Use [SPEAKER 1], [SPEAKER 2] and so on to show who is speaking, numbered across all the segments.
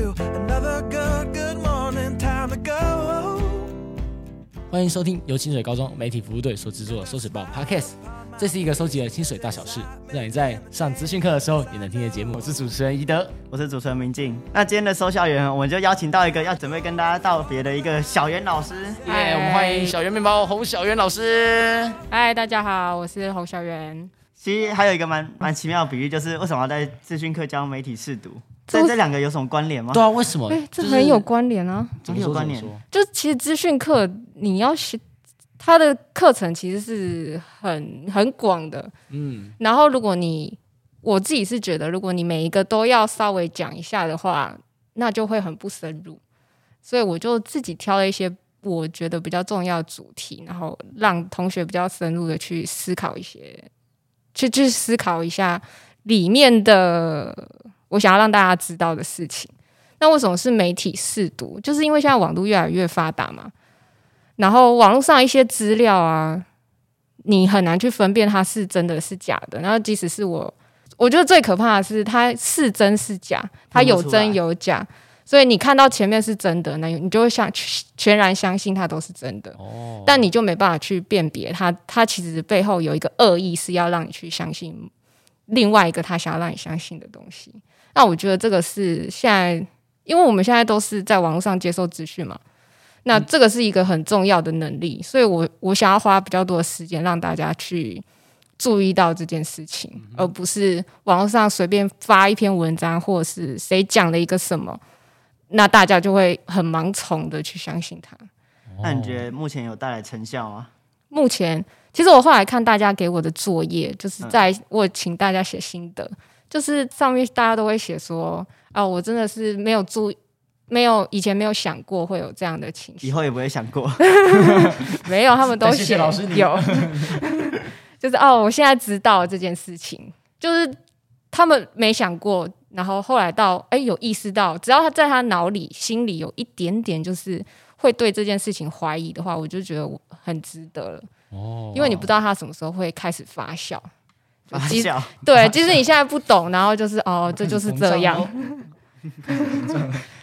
[SPEAKER 1] Another good, good morning, time to go.
[SPEAKER 2] 欢迎收听由清水高中媒体服务队所制作的《收水报》Podcast，这是一个收集了清水大小事，让你在上资讯课的时候也能听的节目。我是主持人宜德，
[SPEAKER 3] 我是主持人明静。那今天的收校园，我们就邀请到一个要准备跟大家道别的一个小袁老师。
[SPEAKER 2] 耶、
[SPEAKER 4] 嗨
[SPEAKER 2] 哎我们欢迎小圆面包洪小圆老师。
[SPEAKER 4] 嗨，大家好，我是洪小圆。
[SPEAKER 3] 其实还有一个蛮蛮奇妙的比喻，就是为什么要在资讯课教媒体试读？
[SPEAKER 4] 这
[SPEAKER 3] 这这两个有什么关联吗
[SPEAKER 2] 对？啊，为什么？
[SPEAKER 4] 哎、这
[SPEAKER 2] 就是
[SPEAKER 4] 很有关联啊！
[SPEAKER 2] 怎么说
[SPEAKER 3] 有关联
[SPEAKER 2] 怎么说
[SPEAKER 4] 就其实资讯课你要学，它的课程其实是很很广的。
[SPEAKER 2] 嗯，
[SPEAKER 4] 然后如果你我自己是觉得，如果你每一个都要稍微讲一下的话，那就会很不深入。所以我就自己挑了一些我觉得比较重要的主题，然后让同学比较深入的去思考一些，去去思考一下里面的我想要让大家知道的事情。那为什么是媒体试读？就是因为现在网络越来越发达嘛，然后网络上一些资料啊，你很难去分辨它是真的是假的。然后即使是我，我觉得最可怕的是它是真是假，它有真有假。所以你看到前面是真的，那你就会想全然相信它都是真的，
[SPEAKER 2] 哦，
[SPEAKER 4] 但你就没办法去辨别它，它其实背后有一个恶意是要让你去相信另外一个他想要让你相信的东西。那我觉得这个是现在，因为我们现在都是在网络上接受资讯嘛，那这个是一个很重要的能力，所以我我想要花比较多的时间让大家去注意到这件事情，而不是网络上随便发一篇文章，或者是谁讲了一个什么，那大家就会很盲从的去相信它。
[SPEAKER 3] 那你觉得目前有带来成效吗？
[SPEAKER 4] 哦目前，其实我后来看大家给我的作业，就是
[SPEAKER 2] 嗯
[SPEAKER 4] 在、我请大家写心得，就是上面大家都会写说，啊，我真的是没有注意，没有以前没有想过会有这样的情
[SPEAKER 3] 以
[SPEAKER 4] 绪，
[SPEAKER 3] 后也不会想过。
[SPEAKER 4] 没有，他们都
[SPEAKER 2] 但
[SPEAKER 4] 写
[SPEAKER 2] 谢谢老师你
[SPEAKER 4] 有， 就是哦，我现在知道这件事情，就是他们没想过，然后后来到哎有意识到，只要他在他脑里、心里有一点点就是会对这件事情怀疑的话，我就觉得我很值得了。
[SPEAKER 2] 哦
[SPEAKER 4] 因为你不知道它什么时候会开始发酵。
[SPEAKER 3] 发
[SPEAKER 4] 其实
[SPEAKER 3] 笑，
[SPEAKER 4] 对，即使你现在不懂，然后就是哦，这就是这样，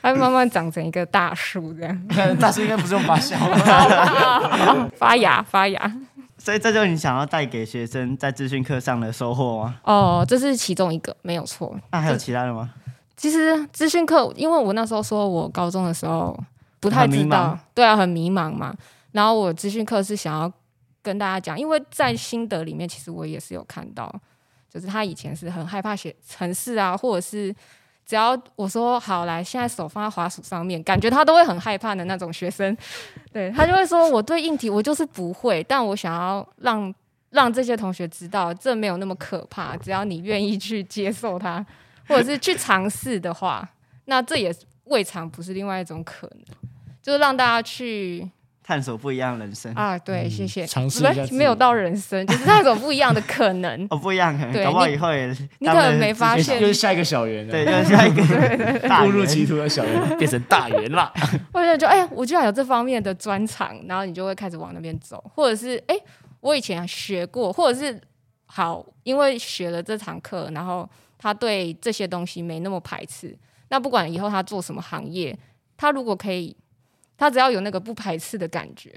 [SPEAKER 4] 它会慢慢长成一个大树 这样，
[SPEAKER 2] 大师应该不哦是用发 笑吧
[SPEAKER 4] 发芽发芽。
[SPEAKER 3] 所以这就是你想要带给学生在资讯课上的收获吗？
[SPEAKER 4] 哦，这是其中一个，没有错。
[SPEAKER 3] 那还有其他的吗？
[SPEAKER 4] 其实资讯课，因为我那时候说我高中的时候不太知
[SPEAKER 3] 很迷茫
[SPEAKER 4] 道，对啊，很迷茫嘛。然后我资讯课是想要跟大家讲，因为在心得里面，其实我也是有看到，就是他以前是很害怕写程式啊，或者是只要我说好来，现在手放在滑鼠上面，感觉他都会很害怕的那种学生。对他就会说，我对硬体我就是不会，但我想要让让这些同学知道，这没有那么可怕，只要你愿意去接受它， 或者是去尝试的话，那这也未尝不是另外一种可能。就是让大家去
[SPEAKER 3] 探索不一样的人生。
[SPEAKER 4] 啊，对，谢谢。
[SPEAKER 2] 嗯尝试一
[SPEAKER 4] 不
[SPEAKER 2] 下
[SPEAKER 4] 是
[SPEAKER 2] 自己
[SPEAKER 4] 没有到人生，就是那种不一样的可能
[SPEAKER 3] 哦，不一样，可能
[SPEAKER 4] 对
[SPEAKER 3] 搞不好
[SPEAKER 4] 你
[SPEAKER 3] 以后也
[SPEAKER 4] 你
[SPEAKER 3] 当
[SPEAKER 4] 可能
[SPEAKER 3] 了
[SPEAKER 4] 没
[SPEAKER 3] 资
[SPEAKER 4] 发
[SPEAKER 3] 讯
[SPEAKER 4] 现
[SPEAKER 2] 就是下一个小圆了，啊
[SPEAKER 3] 对，就是下 一个大
[SPEAKER 2] 误入
[SPEAKER 3] 人
[SPEAKER 2] 歧途的小圆变成大圆啦。
[SPEAKER 4] 或者就哎、我居然有这方面的专长，然后你就会开始往那边走，或者是哎、我以前学过，或者是好，因为学了这堂课，然后他对这些东西没那么排斥。那不管以后他做什么行业，他如果可以，他只要有那个不排斥的感觉，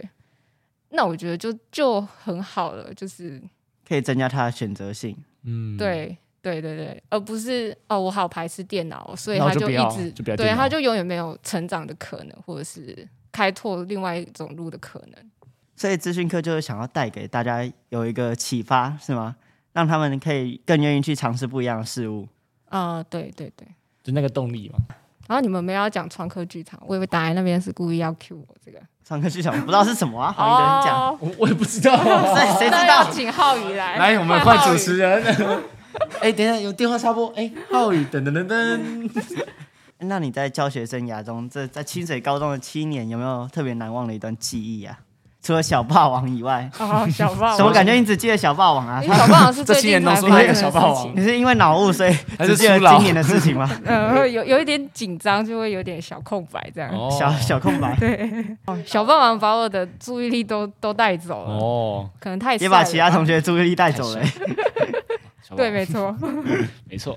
[SPEAKER 4] 那我觉得就就很好了，就是
[SPEAKER 3] 可以增加他的选择性。
[SPEAKER 2] 嗯，
[SPEAKER 4] 对对对对，而不是哦，我好排斥电脑，所以
[SPEAKER 2] 那我
[SPEAKER 4] 他
[SPEAKER 2] 就不
[SPEAKER 4] 一
[SPEAKER 2] 要
[SPEAKER 4] 直
[SPEAKER 2] 就不要
[SPEAKER 4] 对，
[SPEAKER 2] 电脑
[SPEAKER 4] 他就永远没有成长的可能，或者是开拓另外一种路的可能。
[SPEAKER 3] 所以资讯课就是想要带给大家有一个启发，是吗？让他们可以更愿意去尝试不一样的事物。
[SPEAKER 4] 啊、对对对。
[SPEAKER 2] 就那个动力嘛。
[SPEAKER 4] 然后你们没有要讲创客剧场，我以为打来那边是故意要 cue 我这个。
[SPEAKER 3] 上课去想，不知道是什么啊，好，一个人讲，
[SPEAKER 4] 哦，
[SPEAKER 2] 我我也不知道。
[SPEAKER 3] 谁谁知
[SPEAKER 4] 那
[SPEAKER 3] 道
[SPEAKER 4] 要？请浩宇来。
[SPEAKER 2] 来，我们换主
[SPEAKER 4] 人。
[SPEAKER 2] 持人。 哎、等一下有电话插播。哎、浩宇，噔噔噔噔。
[SPEAKER 3] 那你在教学生涯中，这在清水高中的七年，有没有特别难忘的一段记忆啊？除了小霸王以外，
[SPEAKER 4] 哦，小霸王。
[SPEAKER 3] 怎么感觉你只记得小霸王啊
[SPEAKER 4] 因？为小霸王是
[SPEAKER 2] 这
[SPEAKER 4] 最
[SPEAKER 2] 七年
[SPEAKER 4] 近
[SPEAKER 2] 浓缩
[SPEAKER 4] 才发
[SPEAKER 2] 那
[SPEAKER 4] 生
[SPEAKER 2] 个
[SPEAKER 4] 的
[SPEAKER 2] 小霸
[SPEAKER 4] 事
[SPEAKER 2] 王
[SPEAKER 4] 情
[SPEAKER 3] 你是因为脑雾所以
[SPEAKER 2] 还是
[SPEAKER 3] 只记得
[SPEAKER 2] 初老
[SPEAKER 3] 今年的事情吗？
[SPEAKER 4] 呃，有有一点紧张，就会有点小空白这样。
[SPEAKER 2] 哦
[SPEAKER 3] 小小空白，
[SPEAKER 4] 小霸王把我的注意力都都带走了，
[SPEAKER 2] 哦，
[SPEAKER 4] 可能太
[SPEAKER 3] 也把
[SPEAKER 4] 帅
[SPEAKER 3] 其
[SPEAKER 4] 了
[SPEAKER 3] 他
[SPEAKER 4] 吧
[SPEAKER 3] 同学的注意力带走了、欸。
[SPEAKER 2] 小宝
[SPEAKER 4] 对，没错。
[SPEAKER 2] 没错。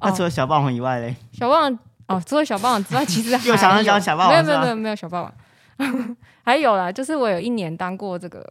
[SPEAKER 3] 那除了小霸王以外嘞，
[SPEAKER 4] 小旺哦，除了小霸王之外，其实 还
[SPEAKER 3] 又想到
[SPEAKER 4] 有
[SPEAKER 3] 讲小霸王
[SPEAKER 4] 没有没
[SPEAKER 3] 是
[SPEAKER 4] 有
[SPEAKER 3] 吧
[SPEAKER 4] 没有没有小霸王， 还有啦，就是我有一年当过这个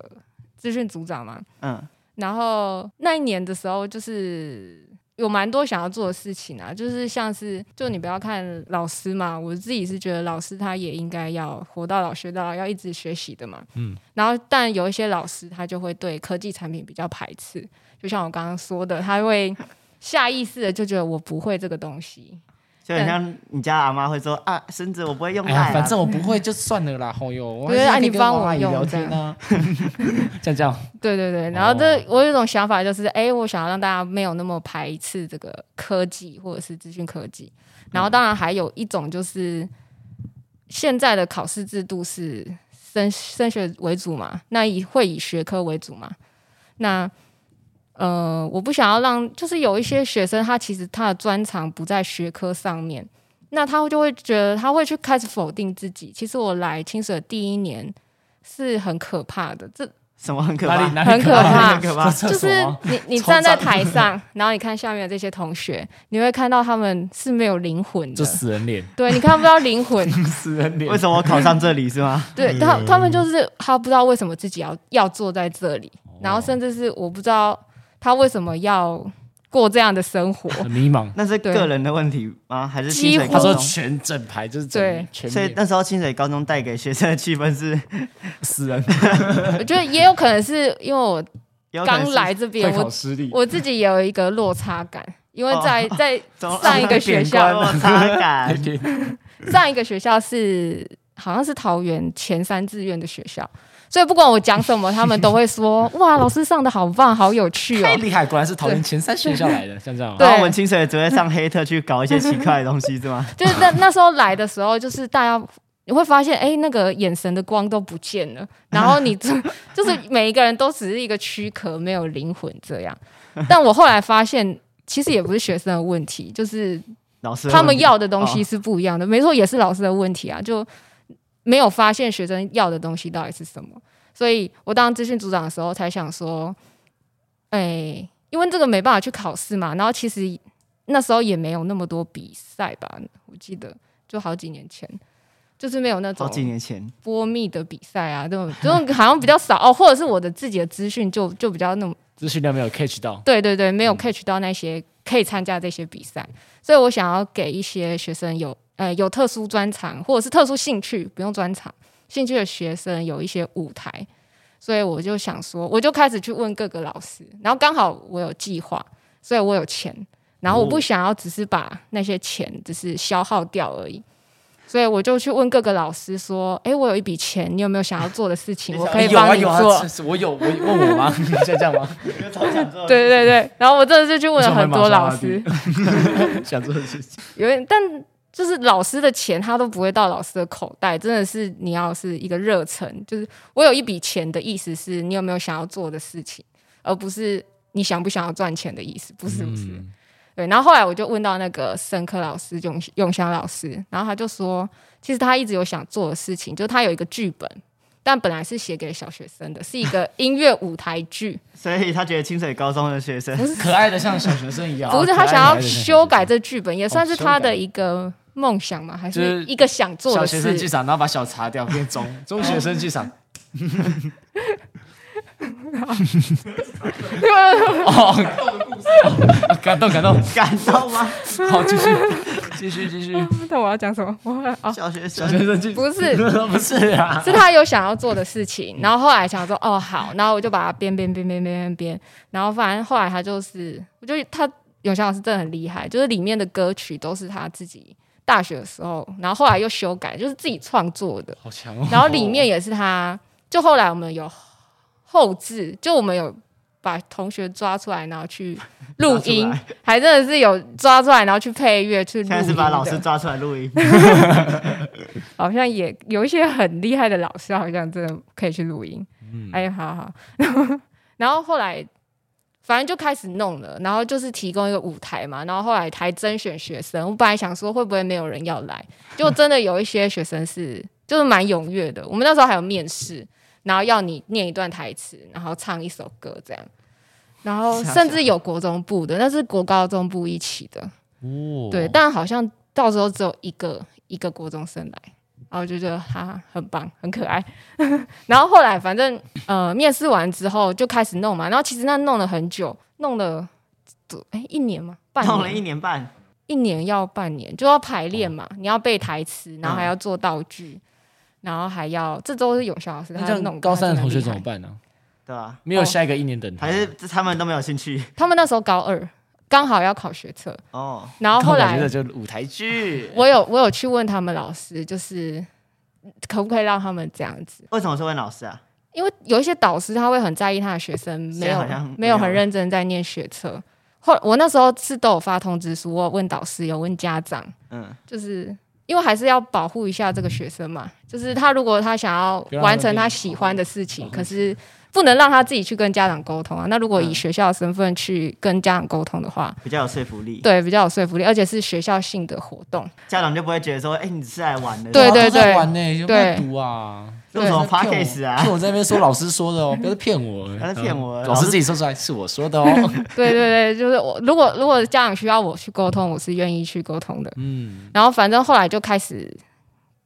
[SPEAKER 4] 资讯组长嘛，
[SPEAKER 3] 嗯
[SPEAKER 4] 然后那一年的时候，就是有蛮多想要做的事情啊，就是像是就你不要看老师嘛，我自己是觉得老师他也应该要活到老学到老，要一直学习的嘛。
[SPEAKER 2] 嗯，
[SPEAKER 4] 然后但有一些老师他就会对科技产品比较排斥，就像我刚刚说的，他会下意识的就觉得我不会这个东西，
[SPEAKER 3] 就很像你家阿妈会说啊，孙子我不会用
[SPEAKER 2] 哎呀，
[SPEAKER 3] 赖、啊
[SPEAKER 2] 反正我不会就算了啦，吼哟，我
[SPEAKER 4] 啊对
[SPEAKER 2] 还是
[SPEAKER 4] 啊
[SPEAKER 2] 可以
[SPEAKER 4] 你
[SPEAKER 2] 跟
[SPEAKER 4] 帮我
[SPEAKER 2] 王阿姨
[SPEAKER 4] 用
[SPEAKER 2] 聊
[SPEAKER 4] 这
[SPEAKER 2] 天
[SPEAKER 4] 样
[SPEAKER 2] 啊， 这样这样，
[SPEAKER 4] 对对对，然
[SPEAKER 2] 哦
[SPEAKER 4] 后这我有一种想法就是，哎、我想要让大家没有那么排斥这个科技或者是资讯科技。然后当然还有一种就是，现在的考试制度是升升学为主嘛，那以会以学科为主嘛。那呃，我不想要让，就是有一些学生他其实他的专长不在学科上面，那他就会觉得他会去开始否定自己。其实我来清水的第一年是很可怕的，这
[SPEAKER 3] 什么很可
[SPEAKER 2] 哪里
[SPEAKER 3] 怕，
[SPEAKER 2] 哪里
[SPEAKER 4] 很可
[SPEAKER 2] 怕，
[SPEAKER 4] 怕
[SPEAKER 3] 很可怕
[SPEAKER 2] 这厕
[SPEAKER 4] 就
[SPEAKER 2] 所啊
[SPEAKER 4] 是
[SPEAKER 2] 吗
[SPEAKER 4] 你你
[SPEAKER 2] 超
[SPEAKER 4] 站在
[SPEAKER 2] 脏
[SPEAKER 4] 台上，然后你看下面的这些同学，你会看到他们是没有灵魂的
[SPEAKER 2] 就，死人脸，
[SPEAKER 4] 对你看不到灵 魂，
[SPEAKER 2] 死人脸
[SPEAKER 3] 为，什么我考上这里是吗？
[SPEAKER 4] 对他他们就是他不知道为什么自己要要坐在这里，
[SPEAKER 2] 哦
[SPEAKER 4] 然后甚至是我不知道他为什么要过这样的 生活，
[SPEAKER 2] 很迷茫。
[SPEAKER 3] 那是
[SPEAKER 4] 对
[SPEAKER 3] 个人的问题吗？还是
[SPEAKER 4] 几
[SPEAKER 3] 清水
[SPEAKER 4] 乎
[SPEAKER 2] 他
[SPEAKER 3] 高
[SPEAKER 2] 说
[SPEAKER 3] 中？
[SPEAKER 2] 全整排就是
[SPEAKER 4] 对
[SPEAKER 2] 整全
[SPEAKER 3] 所以
[SPEAKER 2] 面
[SPEAKER 3] 那时候清水高中带给学生的气氛是，
[SPEAKER 2] 死人，
[SPEAKER 4] 我觉得也有可能是因为我
[SPEAKER 3] 有可能
[SPEAKER 4] 刚
[SPEAKER 3] 是
[SPEAKER 4] 来这
[SPEAKER 2] 会
[SPEAKER 4] 边，
[SPEAKER 2] 考
[SPEAKER 4] 我
[SPEAKER 2] 失利，
[SPEAKER 4] 我自己也有一个落差感，因为在
[SPEAKER 2] 哦
[SPEAKER 4] 在
[SPEAKER 3] 中
[SPEAKER 4] 上一个 学校
[SPEAKER 3] 落差 感，
[SPEAKER 4] 上一个学校是好像是桃园前三志愿的学校，所以不管我讲什么，他们都会说：“哇，老师上的好棒，好有趣哦
[SPEAKER 2] 太哎厉害，果然是桃园前三学校来的，像这样吗啊
[SPEAKER 4] 对
[SPEAKER 3] 然后我们清水只会上黑特去搞一些奇怪的东西是 吗？！”
[SPEAKER 4] 就是那那时候来的时候，就是大家你会发现，哎、那个眼神的光都不见了，然后你就就是每一个人都只是一个躯壳，没有灵魂这样。但我后来发现。其实也不是学生的问题，就是
[SPEAKER 3] 老师
[SPEAKER 4] 他们
[SPEAKER 3] 问
[SPEAKER 4] 要的东西
[SPEAKER 3] 哦
[SPEAKER 4] 是不一样的。没错，也是老师的问题啊，就没有发现学生要的东西到底是什么。所以我当资讯组长的时候，才想说，哎、因为这个没办法去考试嘛。然后其实那时候也没有那么多比赛吧，我记得就好几年前，就是没有那种
[SPEAKER 3] 好几年前，
[SPEAKER 4] 波密的比赛啊，这种这种好像比较少哦，或者是我的自己的资讯就就比较那么
[SPEAKER 2] 资讯量没有 catch 到，
[SPEAKER 4] 对对对，没
[SPEAKER 2] 嗯
[SPEAKER 4] 有 catch 到那些可以参加这些比赛，所以我想要给一些学生有呃有特殊专长或者是特殊兴趣，不用专长兴趣的学生有一些舞台，所以我就想说，我就开始去问各个老师，然后刚好我有计划，所以我有钱，然后我不想要只是把那些钱只是消耗掉而已。所以我就去问各个老师说：“诶，我有一笔钱，你有没有想要做的 事情？我可以
[SPEAKER 2] 有啊
[SPEAKER 4] 帮你
[SPEAKER 2] 有啊
[SPEAKER 4] 做。
[SPEAKER 2] 是是我有，我问我吗？ 像这样吗？
[SPEAKER 4] 对对对，然后我真的是去问了很多老师，
[SPEAKER 2] 想做的事情，
[SPEAKER 4] 有点，但就是老师的钱他都不会到老师的口袋，真的是你要是一个热忱，就是我有一笔钱的意思是你有没有想要做的事情，而不是你想不想要赚钱的意思，不是不是。
[SPEAKER 2] 嗯
[SPEAKER 4] 对，然后后来我就问到那个生科老师永永祥老师，然后他就说，其实他一直有想做的事情，就是他有一个剧本，但本来是写给小学生的，是一个音乐舞台剧，
[SPEAKER 3] 所以他觉得清水高中的学生
[SPEAKER 2] 可爱的像小学生一样，
[SPEAKER 4] 不是他
[SPEAKER 2] 啊可爱的
[SPEAKER 4] 想
[SPEAKER 2] 可爱
[SPEAKER 4] 要
[SPEAKER 2] 的像
[SPEAKER 4] 修改这剧本，也算是
[SPEAKER 2] 哦修改
[SPEAKER 4] 他的一个梦想嘛，还
[SPEAKER 2] 就是
[SPEAKER 4] 是一个想做
[SPEAKER 2] 小
[SPEAKER 4] 的
[SPEAKER 2] 学
[SPEAKER 4] 事。
[SPEAKER 2] 生 剧场，然后把小擦掉变中，中学生剧场。哦，哦感动感动，
[SPEAKER 3] 感动吗？
[SPEAKER 2] 好继续继续继续，
[SPEAKER 4] 那我要讲什么？我啊、哦，
[SPEAKER 3] 小学
[SPEAKER 2] 小学
[SPEAKER 3] 生
[SPEAKER 2] 生剧
[SPEAKER 4] 不是，
[SPEAKER 2] 不是啊，
[SPEAKER 4] 是他有想要做的事情，然后后来想说，哦好，然后我就把它编编编编编编编，然后反正后来他就是，我觉得他永祥老师真的很厉害，就是里面的歌曲都是他自己大学的时候，然后后来又修改，就是自己创作的，
[SPEAKER 2] 好强哦。
[SPEAKER 4] 然后里面也是他，就后来我们有后置，就我们有把同学抓出来，然后去录
[SPEAKER 3] 抓出来
[SPEAKER 4] 音，还真的是有抓出来，然后去配乐去录
[SPEAKER 3] 现
[SPEAKER 4] 音
[SPEAKER 3] 在是把
[SPEAKER 4] 的
[SPEAKER 3] 老师抓出来录音，
[SPEAKER 4] 好像也有一些很厉害的老师，好像真的可以去录音。哎，好好。 然后后来，反正就开始弄了，然后就是提供一个舞台嘛。然后后来还甄选学生，我本来想说会不会没有人要来，就真的有一些学生是就是蛮踊跃的。我们那时候还有面试，然后要你念一段台词，然后唱一首歌这样。然后甚至有国中部的，那是国高中部一起的，
[SPEAKER 2] 哦
[SPEAKER 4] 对，但好像到时候只有一个一个国中生来，然后我就觉得他很棒，很可爱。 然后后来反正呃面试完之后就开始弄嘛，然后其实那弄了很久，弄了哎一年嘛，半年
[SPEAKER 3] 弄了一年半，
[SPEAKER 4] 一年要半年，就要排练嘛，你要背台词，然后
[SPEAKER 3] 嗯
[SPEAKER 4] 还要做道具，然后还要这都是永孝老师
[SPEAKER 2] 那
[SPEAKER 4] 他
[SPEAKER 2] 这
[SPEAKER 4] 弄
[SPEAKER 2] 样高三的同学怎么
[SPEAKER 4] 他真厉害
[SPEAKER 2] 办呢？
[SPEAKER 3] 对吧、
[SPEAKER 2] 没有
[SPEAKER 4] 哦
[SPEAKER 2] 下一个一年等他，
[SPEAKER 3] 还是这他们都没有兴趣
[SPEAKER 4] 他们那时候高二，刚好要考学测，
[SPEAKER 3] 哦。
[SPEAKER 4] 然后后来
[SPEAKER 2] 觉得就舞台剧，
[SPEAKER 4] 我有我有去问他们老师，就是可不可以让他们这样子，
[SPEAKER 3] 为什么是问老师啊？
[SPEAKER 4] 因为有一些导师他会很在意他的学生没
[SPEAKER 3] 现在
[SPEAKER 4] 有
[SPEAKER 3] 好像
[SPEAKER 4] 没有
[SPEAKER 3] 没
[SPEAKER 4] 很
[SPEAKER 3] 有
[SPEAKER 4] 认真在念学测。后我那时候是都有发通知书，我有问导师，有问家长，
[SPEAKER 3] 嗯，
[SPEAKER 4] 就是因为还是要保护一下这个学生嘛，就是他如果他想要完成他喜欢的事情，可是不能让他自己去跟家长沟通啊。那如果以
[SPEAKER 3] 嗯
[SPEAKER 4] 学校的身份去跟家长沟通的话，
[SPEAKER 3] 比较有说服力，
[SPEAKER 4] 对比较有说服力，而且是学校性的活动。
[SPEAKER 3] 家长就不会觉得说，哎、你是来玩的，
[SPEAKER 4] 对对
[SPEAKER 2] 都在玩呢、有没有
[SPEAKER 4] 对
[SPEAKER 2] 毒啊？
[SPEAKER 3] 用什么
[SPEAKER 2] 在骗我
[SPEAKER 3] podcast 啊？
[SPEAKER 2] 骗我在那边说老师说的 哦，不要再骗我，
[SPEAKER 3] 不要再骗我
[SPEAKER 2] 嗯
[SPEAKER 3] 了
[SPEAKER 2] 老
[SPEAKER 3] 老
[SPEAKER 2] 师
[SPEAKER 3] 师
[SPEAKER 2] 自己说出来是我说的 哦。
[SPEAKER 4] 对对对，就是我如果如果家长需要我去沟通，我是愿意去沟通的。
[SPEAKER 2] 嗯，
[SPEAKER 4] 然后反正后来就开始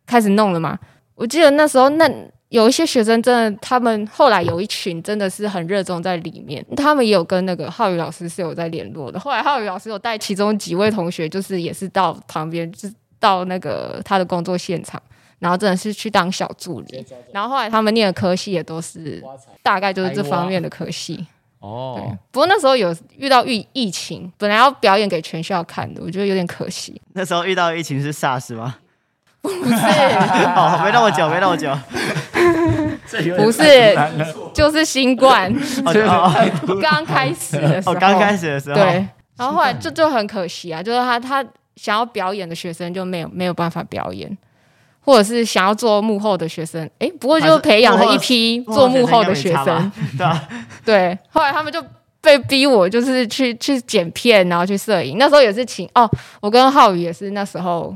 [SPEAKER 4] 开始弄了嘛。我记得那时候那有一些学生真的，他们后来有一群真的是很热衷在里面，他们也有跟那个浩宇老师是有在联络的。后来浩宇老师有带其中几位同学，就是也是到旁边，就是到那个他的工作现场。然后真的是去当小助理，然后后来他们念的科系也都是大概就是这方面的科系。对
[SPEAKER 2] 哦，，
[SPEAKER 4] 不过那时候有遇到疫疫情，本来要表演给全校看的，我觉得有点可惜。
[SPEAKER 3] 那时候遇到疫情是 SARS 吗？
[SPEAKER 4] 是，
[SPEAKER 3] 哦，没那么久，没那么 久。
[SPEAKER 4] 不是，就是新冠
[SPEAKER 3] 哦就哦，
[SPEAKER 4] 刚开始的时候，
[SPEAKER 3] 哦，刚开始的时候，
[SPEAKER 4] 对，然后后来就就很可惜啊，就是他他想要表演的学生就没有没有办法表演，或者是想要做幕后的学生，诶，不过
[SPEAKER 3] 还
[SPEAKER 4] 就是培养
[SPEAKER 3] 幕
[SPEAKER 4] 了
[SPEAKER 3] 后
[SPEAKER 4] 一批做幕后的学
[SPEAKER 3] 应该没差
[SPEAKER 4] 生
[SPEAKER 3] 吧，，对啊吧？
[SPEAKER 4] 对，后来他们就。被逼我就是去去剪片，然后去摄影。那时候也是请哦，我跟浩宇也是那时候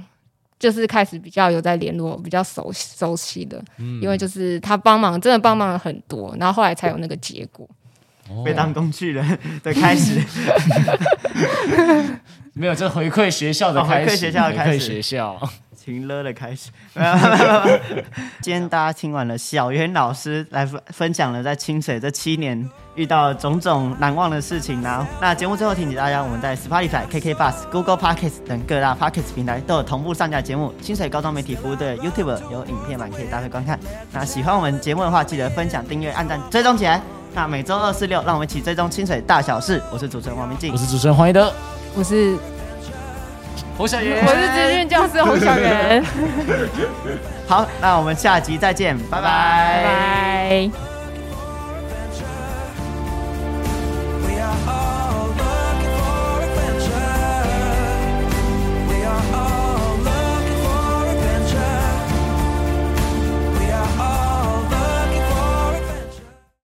[SPEAKER 4] 就是开始比较有在联络，比较熟熟悉的。因为就是他帮忙，真的帮忙了很多，然后后来才有那个结果。
[SPEAKER 2] 哦
[SPEAKER 3] 被当工具人的开始，
[SPEAKER 2] 没有，这回馈学校的
[SPEAKER 3] 哦回馈
[SPEAKER 2] 开始，
[SPEAKER 3] 学校的开
[SPEAKER 2] 回馈学
[SPEAKER 3] 始
[SPEAKER 2] 校，
[SPEAKER 3] 情勒的开始。 今天大家听完了小袁老师来分分享了在清水这七年遇到种种难忘的事情啦、那节目最后提醒大家，我们在 Spotify、KK Bus、Google Podcast 等各大 Podcast 平台都有同步上架节目。清水高中媒体服务队的 YouTube 有影片版可以搭配观看。那喜欢我们节目的话，记得分享、订阅、按赞、追踪起来。那每周二、四、六，让我们一起追踪清水大小事。我是主持人王明静
[SPEAKER 2] 我，是主持人黄一德，
[SPEAKER 4] 我是
[SPEAKER 2] 侯小
[SPEAKER 4] 我
[SPEAKER 2] 爷，
[SPEAKER 4] 是资讯教师侯小媛，
[SPEAKER 3] 好，那我们下集再见，拜拜
[SPEAKER 4] 拜。